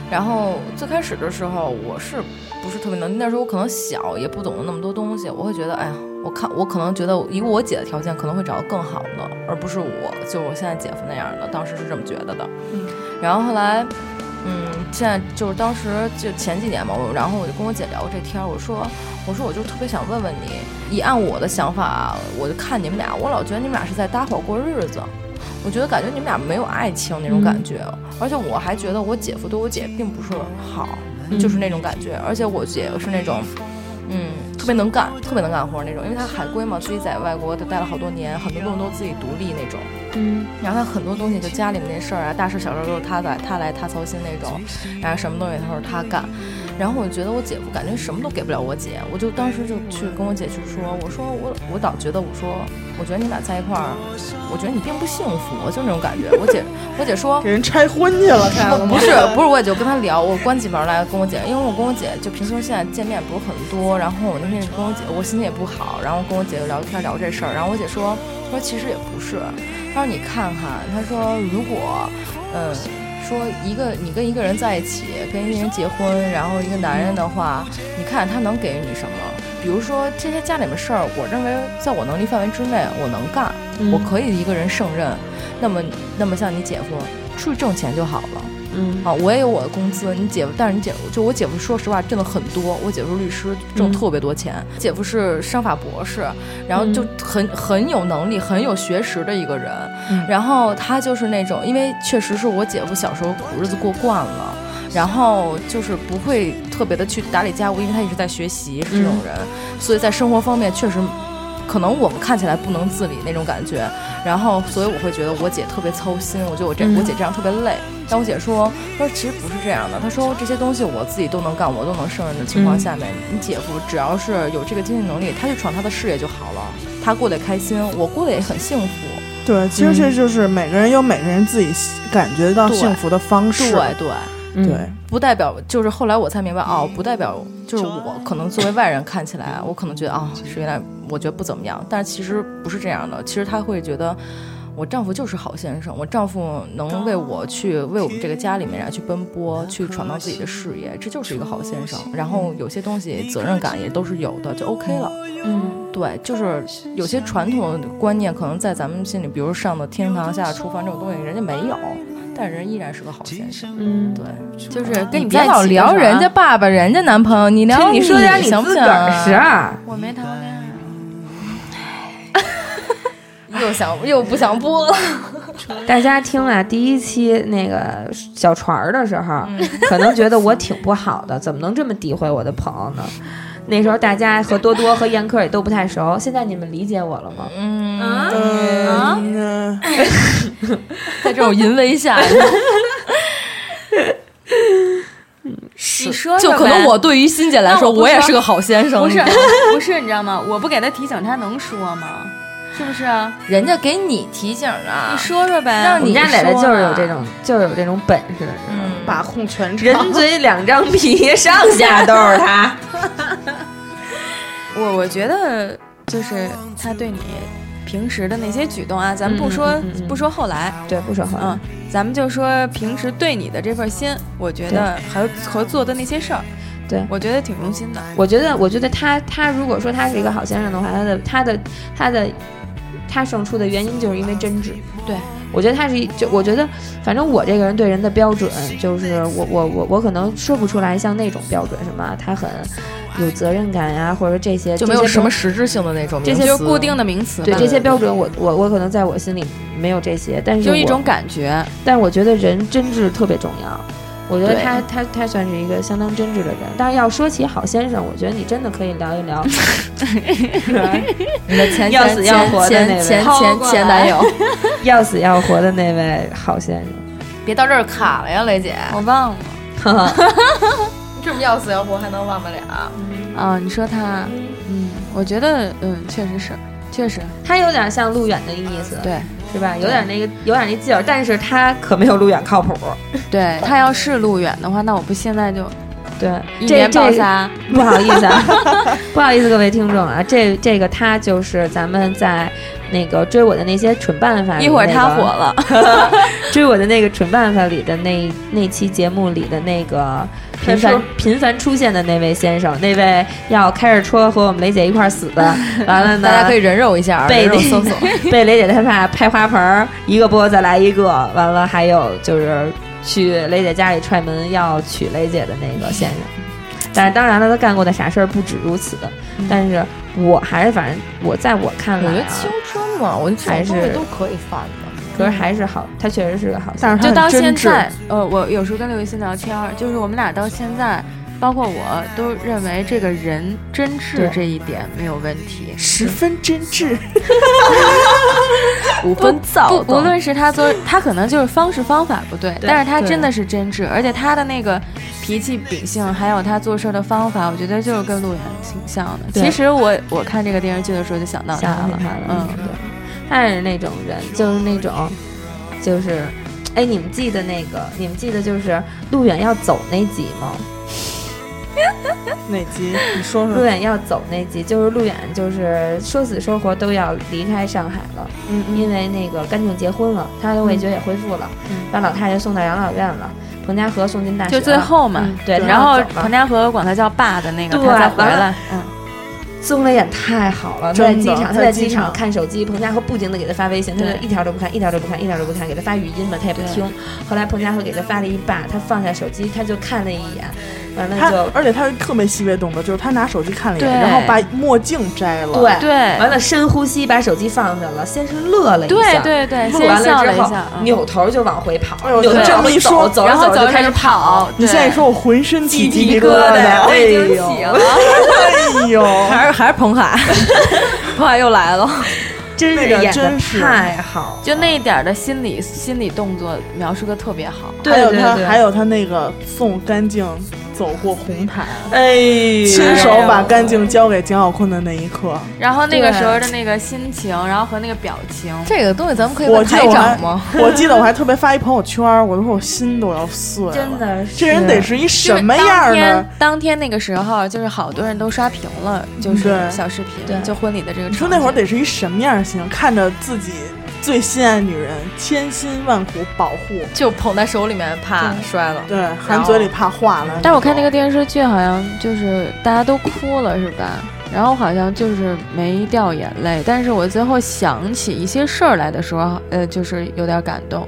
然后最开始的时候，我是不是特别能？那时候我可能小，也不懂得那么多东西，我会觉得，哎呀，我看我可能觉得以我姐的条件，可能会找到更好的，而不是我就我现在姐夫那样的。当时是这么觉得的。然后后来，嗯，现在就是当时就前几年嘛，我然后我就跟我姐聊过这天儿，我说我说我就特别想问问你，以按我的想法，我就看你们俩，我老觉得你们俩是在搭伙过日子。我觉得感觉你们俩没有爱情那种感觉，而且我还觉得我姐夫对我姐并不是好，就是那种感觉。而且我姐是那种，嗯，特别能干，特别能干活那种，因为她海归嘛，自己在外国她待了好多年，很多东西都自己独立那种。嗯，然后她很多东西就家里面那事儿啊，大事小事都是她在，她来她操心那种，然后什么东西都是她干。然后我觉得我姐夫感觉什么都给不了我姐，我就当时就去跟我姐去说，我说我我老觉得我说，我觉得你俩在一块儿，我觉得你并不幸福，就那种感觉。我姐我姐说
给人拆婚去了，看了吗？
不是不是，我也就跟他聊，我关起门来跟我姐，因为我跟我姐就平时现在见面不是很多，然后我那天就跟我姐，我心情也不好，然后跟我姐就聊天聊这事儿，然后我姐说，她说其实也不是，她说你看看，她说如果，嗯。说一个你跟一个人在一起，跟一个人结婚，然后一个男人的话，你看他能给你什么？比如说这些家里面事儿，我认为在我能力范围之内，我能干，我可以一个人胜任。那么，那么像你姐夫出去挣钱就好了。
嗯
啊，我也有我的工资，你姐夫，但是你姐夫就我姐夫，说实话挣的很多，我姐夫是律师，挣特别多钱。姐夫是商法博士，然后就很很有能力、很有学识的一个人。然后他就是那种，因为确实是我姐夫小时候苦日子过惯了。然后就是不会特别的去打理家务，因为他一直在学习，是这种人，所以在生活方面确实，可能我们看起来不能自理那种感觉。然后，所以我会觉得我姐特别操心，我觉得我这、我姐这样特别累。但我姐说，她说其实不是这样的，她说这些东西嗯我自己都能干，我都能胜任的情况下面，你姐夫只要是有这个经济能力，他去闯他的事业就好了，他过得开心，我过得也很幸福。
对，其实这就是每个人有每个人自己感觉到幸福的方式。
对对。
嗯
对，
不代表就是后来我才明白哦，不代表就是我可能作为外人看起来，哦我可能觉得啊、是原来我觉得不怎么样，但是其实不是这样的。其实他会觉得我丈夫就是好先生，我丈夫能为我去为我们这个家里面啊人去奔波，去闯荡自己的事业，这就是一个好先生。然后有些东西责任感也都是有的，就 OK 了。
嗯，
对，就是有些传统的观念可能在咱们心里，比如上的天堂下厨房这种东西，人家没有，但人依然是个好先生。
嗯，
对，
就是跟在
你嗯别
一起的时候
老
啊
聊人家，爸爸、人家男朋友，你聊
你说点你
行不
自
行
个儿的事
啊？
儿。
我没谈过恋爱。
又想又不想播 [laughs] 了。
大家听啊，第一期那个小船儿的时候，可能觉得我挺不好的，怎么能这么诋毁我的朋友呢？那时候大家和多多和燕科也都不太熟，现在你们理解我了吗？
嗯
啊
嗯，
在这种淫威下，
你说
就
说
可能
呗
我对于欣姐来
那
说，
我不
我也
说
是个好先生。
不是 [laughs]
你知道吗
不是，你知道吗？我不给他提醒，他能说吗？是不是啊？
人家给你提醒啊了，
你说说呗，
让
我们家
你
磊磊
说
就是有
吧
这种，就是有这种本事，
嗯，
把控全场，
人嘴两张皮，上下都是他。
我我觉得就是他对你平时的那些举动啊，咱们不说、
嗯嗯嗯嗯
不说后来，
对，不说话。
嗯，咱们就说平时对你的这份心，我觉得还有合作的那些事儿，
对
我觉得挺用心的。
我觉得，我觉得他他如果说他是一个好先生的话，他的他的他的他胜出的原因就是因为真挚。
对，
我觉得他是一就我觉得，反正我这个人对人的标准就是我我我我可能说不出来像那种标准什么，他很有责任感呀、或者这些
就没有
这些
什么
标
实质性的那种
这
名
些
词，
就是固定的名词吧，
对这些
对
标准我，我我可能在我心里没有这些，但是
就是一
我
种感觉。
但我觉得人真挚特别重要。我觉得
对
他他他算是一个相当真挚的人，但是要说起好先生，我觉得你真的可以聊一
[laughs]
聊
你的前
要死要活的
前
那位
前前前前
[laughs]
男友，
要死要活的那位好先
别到这儿卡了呀，雷姐，
我忘了
生。
这么要死要活还能忘得了？
啊，你说他，嗯，我觉得，嗯，确实是，确实
他有点像路远的意思，
对
是吧？有点那个有点那劲儿，但是他可没有路远靠谱。
对。他要是路远的话，那我不现在就
对，
一
这
年爆
这
仨。
[laughs] 不好意思啊， [laughs] 不好意思各位听众啊，这这个他就是咱们在那个追我的那些蠢办法里
一会
哎
那
儿他
个
火了，
追我的那个《蠢办法》里的那那期节目里的那个频繁频繁出现的那位先生，那位要开着车和我们雷姐一块儿死
[laughs]
的，完了呢，
[laughs] 大家可以人肉一下啊，
被
人肉
那
搜
[laughs]
索。
被雷姐他爸拍花盆儿，一个波再来一个，完了还有就是去雷姐家里踹门要娶雷姐的那个
[laughs]
先生。但是当然了，他干过的傻事儿不止如此，但是我还是反正我在我看来、
[laughs] 嗯我觉
啊
得，青春嘛，我觉得这种东西都可以犯的。
可是还是好，他确实是个好先生，
但是他很
[laughs] 就到
真
现
挚
在，呃，我有时候跟刘雨欣聊天儿，就是我们俩到现在，包括我都认为这个人真
对
挚这一点没有问题。
十分真挚，
五分
不
躁，
无论是他做，他可能就是方式方法不对，
对
但是他
对
真的是真挚，而且他的那个脾气秉性，还有他做事的方法，我觉得就是跟陆远挺像的。
对
其实我我看这个电视剧的时候就想到
吓了
他了，
他了，
嗯
对，他是那种人，就是那种，就是，哎，你们记得那个，你们记得就是路远要走那集吗？
哪集？你
嗯
说
路
说。
远要走那集，就是路远就是说死说活都要离开上海了，
嗯
因为那个干净结婚了，他的味觉也恢复了，把老太太送到养老院了，彭家河送进大学
嗯就
了，嗯
最后嘛，嗯
对，
然后
走了
彭家河管他叫爸的那个，
对
他再回
完了
来，嗯，
宋威演太好了，他
真
在
的
机场，他
在
在
机
机场
场
看手机，彭佳和不停的给他发微信，他就
对
一条都不看，一条都不看，一条都不看，给他发语音嘛，他也不听。后来彭佳和给他发了一把，他放下手机，他就看了一眼，完
他
了就
而且他有一特别细微动作，就是他拿手机看了一眼，
对
然后把墨镜摘了。
对
对
完了深呼吸，把手机放下了，先是乐了一
对
下，
对对，
录完
先笑
了
了
之
一
后
下，嗯
扭头就往回跑
哎，呦
扭头
对
往回
这么
走，
一说
走着
然后
走着
走
就
着
开始
就跑，
你
对
现在一说，我浑身起鸡皮疙 [laughs]
瘩，
瘩。
哎
已经
呦
起，
[laughs]
了。
哎呦，
还是还是彭
[laughs]
海，彭海又来了。
真是
那个
演的
真是
太好了，
就那一点儿的心理心理动作描述的特别好，
对
还有
对
他，
对
还有他那个送干净走过红毯，
哎呦，
亲手把干净交给蒋小坤的那一刻，
然后那个
对
时候的那个心情，然后和那个表情，
这个东西咱们可以
我
问
记得
台
我
长吗？
还我记得我还特别发一朋友圈，我都说我心都要碎了。
真，的是，
这人得是一
就是
什么样
当
的
天？当天那个时候，就是好多人都刷屏了，就
对
是小视频
对，
就婚礼的这个场景。
你说那会儿得是一什么样的心情？看着自己最心爱女人，千辛万苦保护，
就捧在手里面，怕摔了。
对，含嘴里怕化了。
但我看那个电视剧好像就是大家都哭了，是吧？然后好像就是没掉眼泪，但是我最后想起一些事儿来的时候，呃，就是有点感动，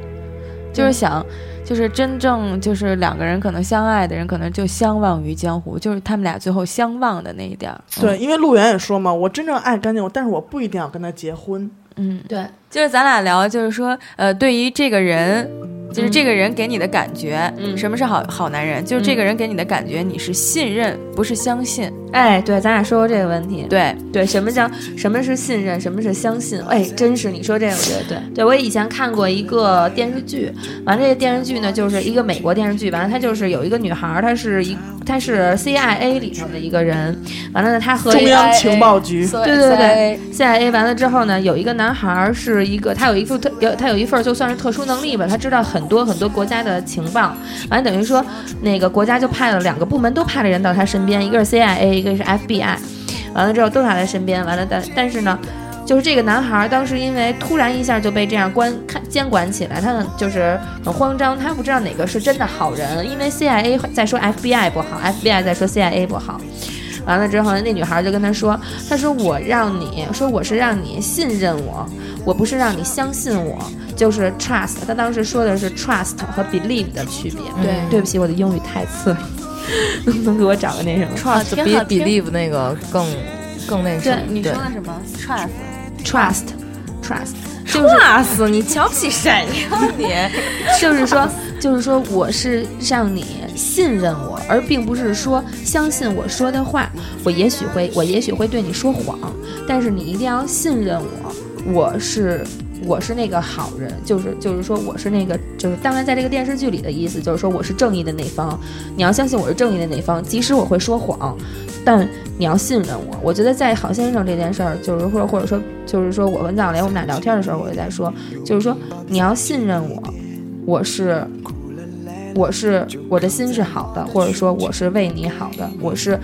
就是想，就是真正就是两个人可能相爱的人，可能就相忘于江湖，就是他们俩最后相忘的那一点儿。
对，因为陆源也说嘛，我真正爱干净，但是我不一定要跟他结婚。
嗯，
对，
就是咱俩聊，就是说，呃，对于这个人，就是这个人给你的感觉，
嗯
什么是好好男人？就是这个人给你的感觉，你是信任，不是相信。
哎，对，咱俩说过这个问题。
对，
对，什么叫什么是信任，什么是相信？哎，真是你说这个，我觉得对。对我以前看过一个电视剧，完了这个电视剧呢，就是一个美国电视剧，完了它就是有一个女孩儿，她是一她是 CIA 里头的一个人，完了呢，她和一
中
个
央情报局，
哎
对对对，CIA 完了之后呢，有一个男孩儿是一个，他有一副特有他有一份儿就算是特殊能力吧，他知道很多很多国家的情报，完了等于说那个国家就派了两个部门都派了人到他身边，一个是 CIA，一个是 FBI，完了之后都是他在身边，完了但但是呢。就是这个男孩儿当时因为突然一下就被这样关看监管起来，他很就是很慌张，他不知道哪个是真的好人，因为 CIA 在说 FBI 不好，FBI 在说 CIA 不好，完了之后，那女孩就跟他说：“他说我让你说我是让你信任我，我不是让你相信我，就是 trust。”他当时说的是 trust 和 believe 的区别。
对
对不起，我的英语太次了， [laughs] 能不能给我找个那什么
，trust 比 believe 那个更更那什
对
么。
你说
对，
的什么？trust？
trust trust？no
吓死你！瞧不起谁呀你？
就是说，就是说，我是让你信任我，而并不是说相信我说的话。我也许会，我也许会对你说谎，但是你一定要信任我。我是，我是那个好人，就是就是说，我是那个，就是当然，在这个电视剧里的意思就是说，我是正义的那方。你要相信我是正义的那方，即使我会说谎，但你要信任我。我觉得在好先生这件事儿，就是或者或者说，就是说我跟藏雷我们俩聊天的时候，我就在说，就是说你要信任我，我是我是我的心是好的，或者说我是为你好的，我是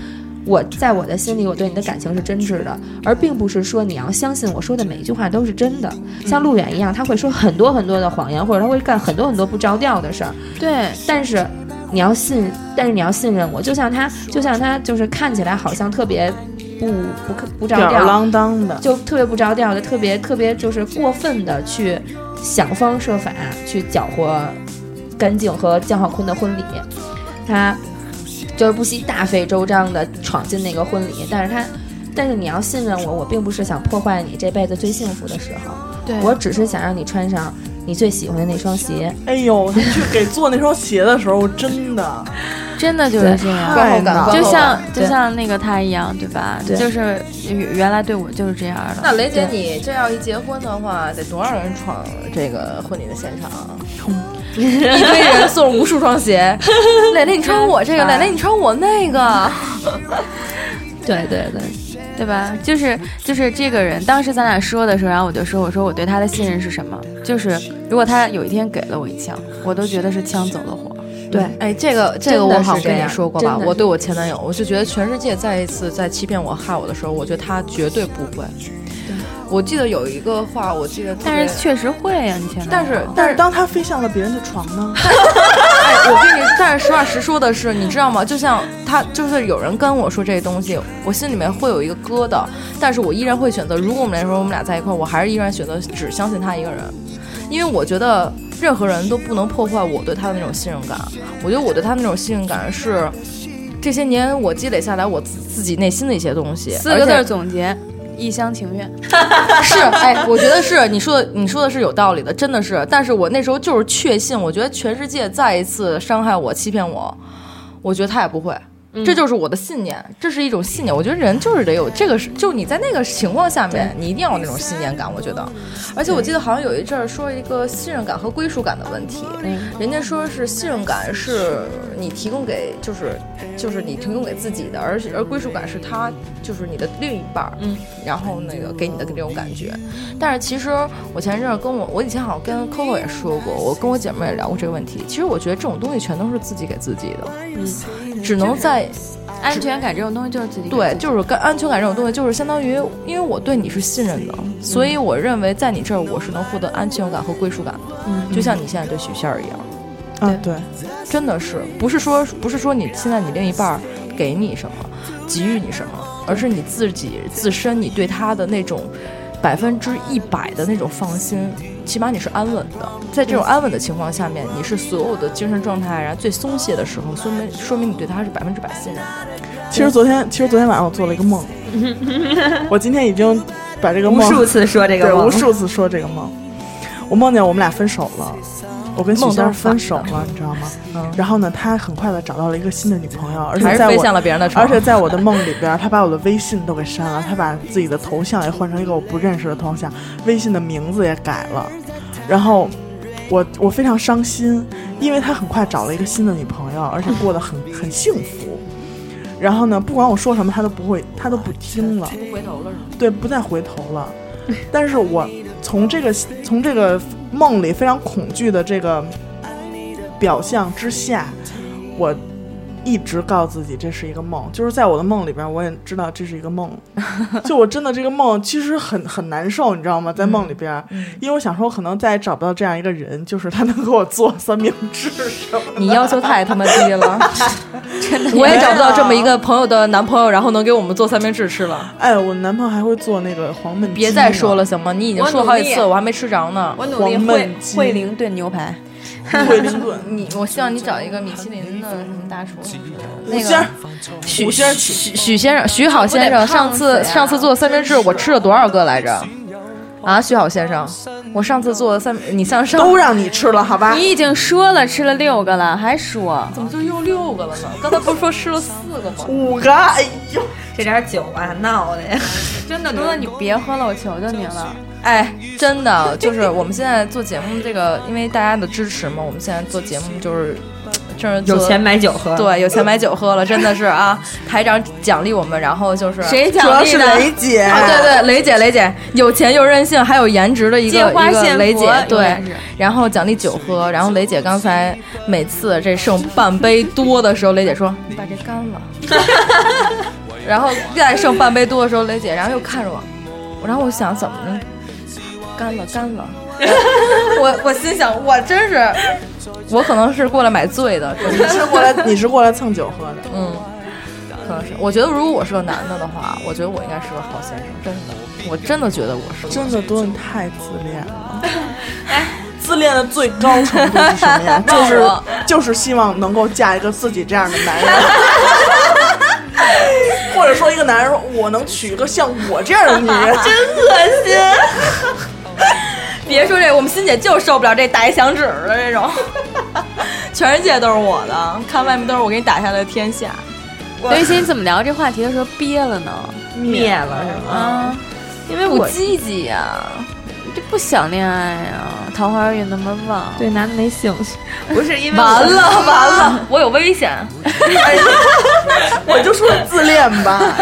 我在我的心里，我对你的感情是真挚的，而并不是说你要相信我说的每一句话都是真的。像陆远一样，他会说很多很多的谎言，或者他会干很多很多不着调的事儿，
[laughs] 对，
但是。你要信，但是你要信任我，就像他，就像他，就是看起来好像特别不不不着
吊儿
调，
郎当的。
就特别不着调的，特别特别就是过分的去想方设法去搅和干净和江浩坤的婚礼，他就是不惜大费周章的闯进那个婚礼，但是他，但是你要信任我，我并不是想破坏你这辈子最幸福的时候，
对
我只是想让你穿上你最喜欢的那双鞋，
哎呦，你去给做那双鞋的时候，真的
真的就是这样。
太
感
难
观
就
后
像
对
就像那个他一样，对吧？
对
就是原原来对我就是这样的。
那雷姐，你哎这要一结婚的话，得多少人闯这个婚礼的现场啊？一堆人送无数双鞋，蕾蕾你穿我
[laughs]
这个，蕾蕾你穿我哎那个，
对对对，
对吧？就是就是这个人，当时咱俩说的时候，然后我就说，我说我对他的信任是什么？就是如果他有一天给了我一枪，我都觉得是枪走了火。
哎，这个这个
真的
我
是
好像
这
跟你
样
说过
真
吧？
的
我
是
对我前男友，我就觉得全世界再一次在欺骗我、害我的时候，我觉得他绝对不会。我记得有一个话，我记得特别，
但是确实会呀、你前
但
男友
是
但
但
是
是
当他飞向了别人的床呢？
哎，我跟你，但是实话实说的是，你知道吗？就像他，就是有人跟我说这东西，我心里面会有一个疙瘩，但是我依然会选择。如果我们那时候我们俩在一块儿，我还是依然选择只相信他一个人，因为我觉得任何人都不能破坏我对他的那种信任感。我觉得我对他那种信任感是这些年我积累下来我自自己内心的一些东西，
四个字
而
儿
且
总结：一厢情愿。
[laughs] 是，哎，我觉得是你说的，你说的是有道理的，真的是。但是我那时候就是确信，我觉得全世界再一次伤害我、欺骗我，我觉得他也不会。这就是我的信念，这是一种信念。我觉得人就是得有这个是，就你在那个情况下面，你一定要有那种信念感。我觉得，而且我记得好像有一阵儿说一个信任感和归属感的问题，人家说是信任感是你提供给，就是就是你提供给自己的，而而归属感是他就是你的另一半，嗯，然后那个给你的这种感觉。但是其实我前一阵儿跟我，我以前好像跟 Coco 也说过，我跟我姐妹也聊过这个问题。其实我觉得这种东西全都是自己给自己的，只能在为
安全感这种东西就是自己给
对
自，己
就是跟安全感这种东西，就是相当于，因为我对你是信任的，所以我认为在你这儿我是能获得安全感和归属感的，就像你现在对许仙儿一样，
啊，对，
真的是不是说不是说你现在你另一半儿给你什么，给予你什么，而是你自己自身你对他的那种百分之一百的那种放心，起码你是安稳的，在这种安稳的情况下面，你是所有的精神状态然后最松懈的时候，说明说明你对他是百分之百信任的。
其实昨天，其实昨天晚上我做了一个梦，我今天已经把这个
无
梦
数次说这个
对
梦
无，数次说这个梦。我梦见我们俩分手了，我跟许
梦都
仙
是
分
反
手
的
了，你知道吗？
嗯
然后呢，他很快的找到了一个新的女朋友，而
还
且
是
在
飞
我
向了别人的床，
而且在我的梦里边，他把我的微信都给删了，他把自己的头像也换成一个我不认识的头像，微信的名字也改了。然后我我非常伤心，因为他很快找了一个新的女朋友，而且过得很很幸福。然后呢，不管我说什么，他都不会，他都不听了，不回头了，对，不再回头了。但是我 [laughs] 从这个从这个梦里非常恐惧的这个表象之下，我一直告诉自己这是一个梦，就是在我的梦里边，我也知道这是一个梦。就我真的这个梦其实很很难受，你知道吗？在梦里边，因为我想说，我可能再也找不到这样一个人，就是他能给我做三明治什么的。
你要求太他妈低
[laughs]
了，真的，我也找不到这么一个朋友的男朋友，然后能给我们做三明治
[laughs]
吃了。
哎，我男朋友还会做那个黄焖鸡，
别再说了，。行吗？你已经
我
说
努
好几
力
次，我还没吃着呢。
我努
黄
力
焖
会
鸡、
惠灵顿牛排，
惠灵顿、
你，我希望你找一个米其林的什么大厨。
五仙儿，
许先许许先生，许
哦
好先生，
不得
上
胖死呀
次上次做的三明治，我吃了多少个来着？啊，许好先生，我上次做的三，你像上
都让你吃了，好吧？
[laughs] 你已经说了吃了六个了，还说
怎么就又六个了呢？刚才不是说吃了四个吗？
五个，哎呦，
这点酒啊，闹的呀。
真的，多多你别喝了，我求求你了。
[laughs] 哎，真的就是我们现在做节目这个，因为大家的支持嘛，我们现在做节目就是，就是做
有钱。买酒喝，，
对，有钱买酒喝了，真的是啊！台长奖励我们，然后就是
谁
主
奖
要
励
是
的？
雷姐，
啊，对对，雷姐，雷姐有钱又任性，还有颜值的一个
借花
一个
献
雷
佛
姐，
有
对
点是，
然后奖励酒喝，然后雷姐刚才每次这剩半杯多的时候，雷姐说你把这干了，然后再剩半杯多的时候，雷姐然后又看着我，然后我想怎么着，干了干了， [laughs] 我我心想我真是，我可能是过来买醉的，真的
你是过来，你是过来蹭酒喝的。
嗯，可能是。我觉得如果我是个男的的话，我觉得我应该是个好先生，真的，我真的觉得我是个。
真的多人太自恋 [laughs] 了。哎自恋的最高程度是什么呀？ [laughs] 就是
忘了
就是希望能够嫁一个自己这样的男 [laughs] 人，或者说一个男人说我能娶一个像我这样的女 [laughs] 人，
别说这，我们欣姐就受不了这打一响指的这种， [laughs] 全世界都是我的，看外面都是我给你打下来的天下。
刘雨欣，你怎么聊这话题的时候憋了呢？
灭了是吗？
啊，因为
不
我
积极呀、
就啊不想恋爱呀，桃花运那么旺。
对男的没兴趣，不是因为
完
[laughs] 我啊
了完了，我有危险。
我就说自恋吧。 [laughs]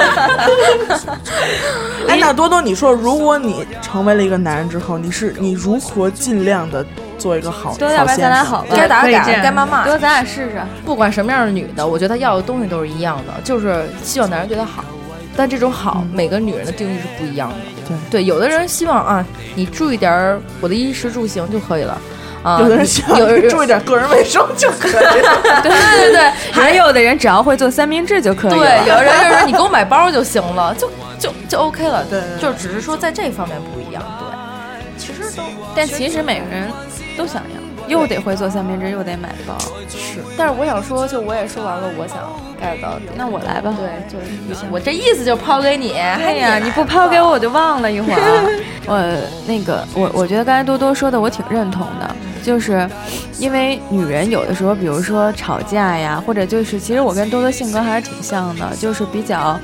哎，那多多，你说如果你成为了一个男人之后，你是你如何尽量的做一个好
多
好
要不然咱
先
俩
生？
好吧？
该打
可以
打，
这样
该骂骂
多。咱俩试试。
不管什么样的女的，我觉得她要的东西都是一样的，就是希望男人对她好。但这种好，每个女人的定义是不一样的。
对
有的人希望啊，你注意点儿我的衣食住行就可以了。啊，
[laughs] 有的人
你
希望
有
注意点个人卫生就可以 [laughs] 了。
对对对，还有的人只要会做三明治就可以了。
对，有的人就是你给我买包就行了，就就就 OK 了。
对对对
就只是说在这方面不一样。对，其实都，
但其实每个人都想要，又得会做三明治，又得买包。
但是我想说，就我也说完了，我想 get 到的。
那我来吧。
对，就是你想我这意思就是抛给你。
对
对
哎呀、你不抛给我，我就忘了一会
[laughs]
儿。啊我那个，我我觉得刚才多多说的，我挺认同的，就是因为女人有的时候，比如说吵架呀，或者就是，其实我跟多多性格还是挺像的，就是比较，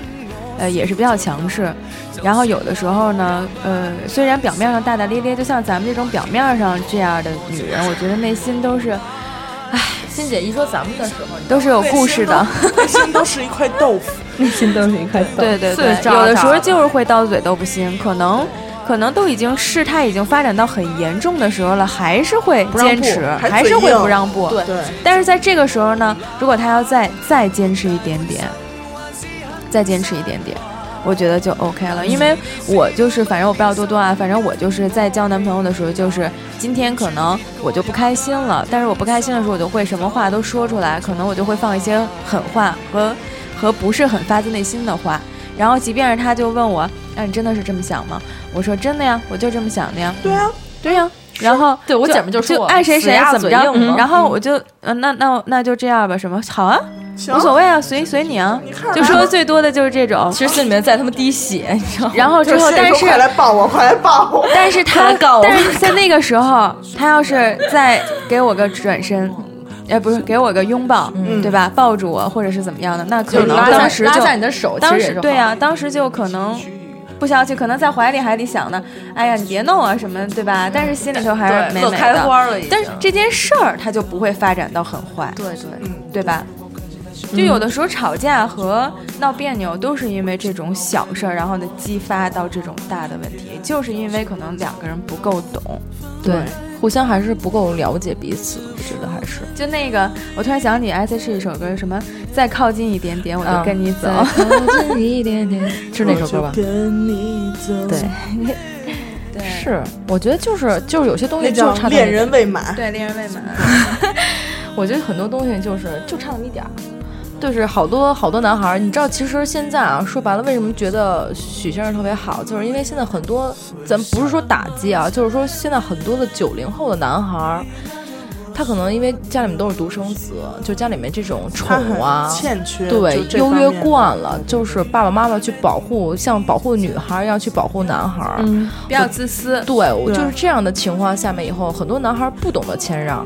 呃，也是比较强势。然后有的时候呢，呃，虽然表面上大大咧咧，就像咱们这种表面上这样的女人，我觉得内心都是
欣姐一说咱们的时候，
都是有哦故事的。
内心都 [laughs] 是一块
[laughs]
豆腐。
内心都是一块豆。
对对对
碎，渣
有的时
渣
候
的
就是会刀子嘴豆腐心，可能可能都已经事态已经发展到很严重的时候了，还是会
不让步
坚持，
还
还是
嘴
会
硬
不让步。
对，
但是在这个时候呢，如果他要再再坚持一点点，再坚持一点点，我觉得就 OK
嗯
了。因为我就是，反正我不要多多啊，反正我就是在交男朋友的时候，就是今天可能我就不开心了，但是我不开心的时候，我就会什么话都说出来，可能我就会放一些狠话和和不是很发自内心的话。然后，即便是他就问我，那、你真的是这么想吗？我说真的呀，我就这么想的呀。
对啊，
对呀、然后
对我
就
姐们就说
就
我
爱谁
死
谁
鸭
怎么
嘴
着，
硬嘛
嗯然后我就呃那那那就这样吧，什么好啊，
行
无所谓啊，随随你啊
你看着，
就
来
说
吧
的最多的就是这种。
其实心里面在他妈滴血，你知道吗？
然后
就
之
是
后，
心里
但
说快
是
来抱我，快来抱我。
但是他
来告我
但是在那个时候，他要是再给我个转身。哎，不是给我个拥抱，
嗯
对吧？抱住我，或者是怎么样的？那可
就
能
拉
当
下
时
拉
就
下你的手，
当
其实也
时
是
对
好啊
呀、当时就可能不消气，可能在怀里还得想呢，哎呀，你别弄啊什么，对吧？但是心里头还
对
是美
乐
美
开
的。
花了已经，
但是这件事儿它就不会发展到很坏，
对对，
对吧？就有的时候吵架和闹别扭都是因为这种小事儿，然后呢激发到这种大的问题，就是因为可能两个人不够懂。
对互相还是不够了解彼此，我觉得还是
就那个，我突然想起 S H 一首歌，什么再靠近一点点我就跟
[laughs] 嗯
你走，
一点点，是那首歌吧
我？就跟你走，
[laughs]
对是，我觉得就是就是有些东
那
西就
叫
差那么一
恋
点
人未满。
对，恋人未满。
我觉得很多东西就是就差那么一点儿。就是好多好多男孩儿，你知道，其实现在啊，说白了，为什么觉得许先生特别好，就是因为现在很多，咱不是说打击啊，就是说现在很多的九零后的男孩儿，他可能因为家里面都是独生子，就家里面这种宠
他很
啊，
欠缺就
对
这
优
方
越
面的
惯了，就是爸爸妈妈去保护，像保护女孩儿一样去保护男孩儿，
比较自私。
对，我
对
就是这样的情况下面，以后很多男孩不懂得谦让，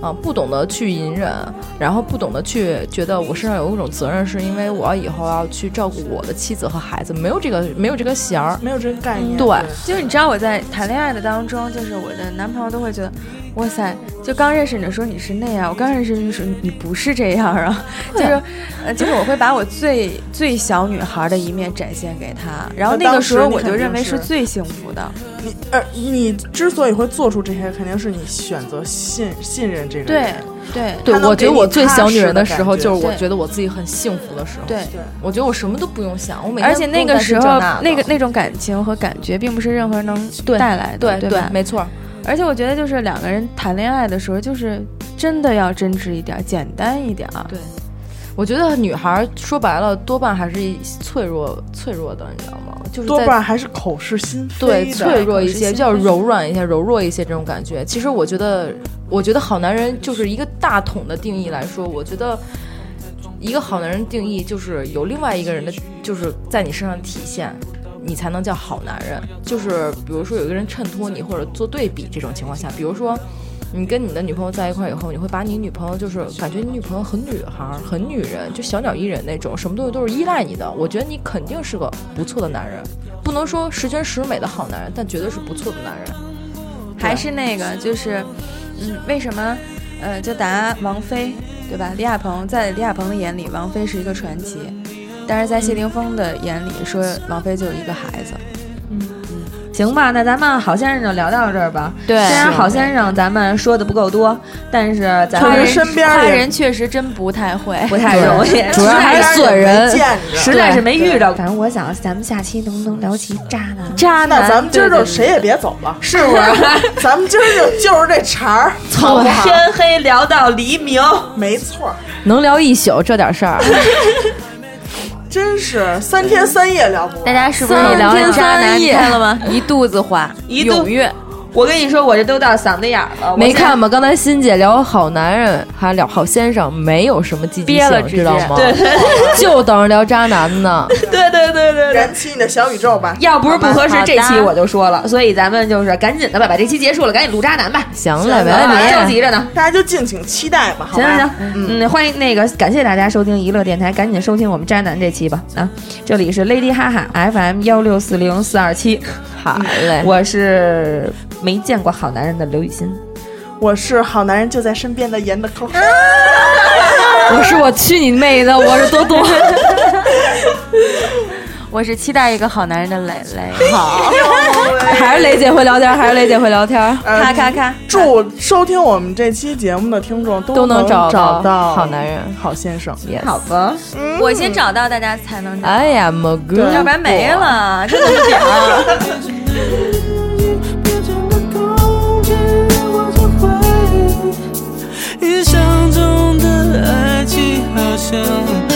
啊，不懂得去隐忍，然后不懂得去觉得我身上有一种责任，是因为我要以后要去照顾我的妻子和孩子，没有这个没有这个弦儿。
没有这个概念。
对
就是你知道我在谈恋爱的当中，就是我的男朋友都会觉得，哇塞，就刚认识你的时候你是那样，我刚认识你的时候你不是这样啊， [laughs] 就是，呃，就是我会把我最最小女孩的一面展现给他，然后那个时候我就认为是最幸福的，
你而你之所以会做出这些，肯定是你选择信信任这个
对
人。
对
对
他，能
我
给
觉得
你
我最
踏
小女
实
人
的
的时
感
候，
觉
就是我
对
觉得我自己很幸福的时候。，
对。
我觉得我什么都不用想，我每天
而且那
不用
个
担心
时
这
候，
的
那个那种感情和感觉，并不是任何人能
对
带来的，
对
对吧？
没错儿，
而且我觉得，就是两个人谈恋爱的时候，就是真的要真挚一点儿，简单一点儿。啊
对我觉得女孩儿说白了多半还是一脆弱脆弱的，你知道吗？就是
多
在
半还是口是心非
对，
的
脆弱一些，
心
比较柔软一些，柔弱一些这种感觉。其实我觉得，我觉得好男人就是一个大统的定义来说，我觉得一个好男人定义就是有另外一个人的，就是在你身上体现。你才能叫好男人，就是比如说有一个人衬托你或者做对比这种情况下，比如说你跟你的女朋友在一块儿以后，你会把你女朋友就是感觉你女朋友很女孩儿、很女人，就小鸟依人那种，什么东西都是依赖你的。我觉得你肯定是个不错的男人，不能说十全十美的好男人，但绝对是不错的男人。
还是那个，就是，嗯，为什么，呃，就答王菲，对吧？李亚鹏在李亚鹏的眼里，王菲是一个传奇，但是在谢霆锋的眼里，说王菲就是一个孩子。
行吧，那咱们好先生就聊到这儿吧。
对
虽然好先生咱们说的不够多，但是咱
他
们
人身边
夸
也
人确实真不太会。
不太容易，
主要还是损人见着。
实在是没遇到。反正我想，咱们下期能不能聊起渣男？
渣
那
男，
咱们今儿
对
就
对
谁也别走了，
是不是？
[laughs] 咱们今儿就就是这茬儿，好
从
不好？
哦天黑聊到黎明。
没错儿，
能聊一宿这点事
[laughs]
儿，
真是三天三夜聊不
大
完。
家是不是也聊
三
了
天
渣
三
男？你
夜
看了吗？
对一肚子话，
一肚
踊跃。
我跟你说，我这都到嗓子眼儿了。我
没
现在
看吗？刚才欣姐聊好男人，还聊好先生，没有什么积极
憋了
性，
直
知道
接
吗？ [laughs] 就等着聊渣男呢。
对对对对对。
燃起你的小宇宙吧！
要不是不合适
好，的
这期我就说了，所以咱们就是赶紧的吧，把这期结束了，赶紧录渣男吧。
行了，没
啊
问
着
题。
急着呢。
大家就敬请期待吧，好
行
吧？
行行，嗯，欢迎那个感谢大家收听娱乐电台，赶紧收听我们渣男这期吧啊！这里是 Lady 哈哈 FM 幺六四零四二七，
好嘞，
我是没见过好男人的刘雨欣，
我是好男人就在身边的严的抠。
[laughs]
我是我去你妹的，我是多多。
我是期待一个好男人的磊磊。
好，
还是雷姐会聊天，还是雷姐会聊
哎
天。
呃
咔咔咔，
祝收听我们这期节目的听众都
都能
找
找到
到
好男人、
好先生。
好吧，
我先找到大家才能找，
哎
I am a good，
要不然没了，真的是这样。
变成了工具，我就会。印象中的爱情好像。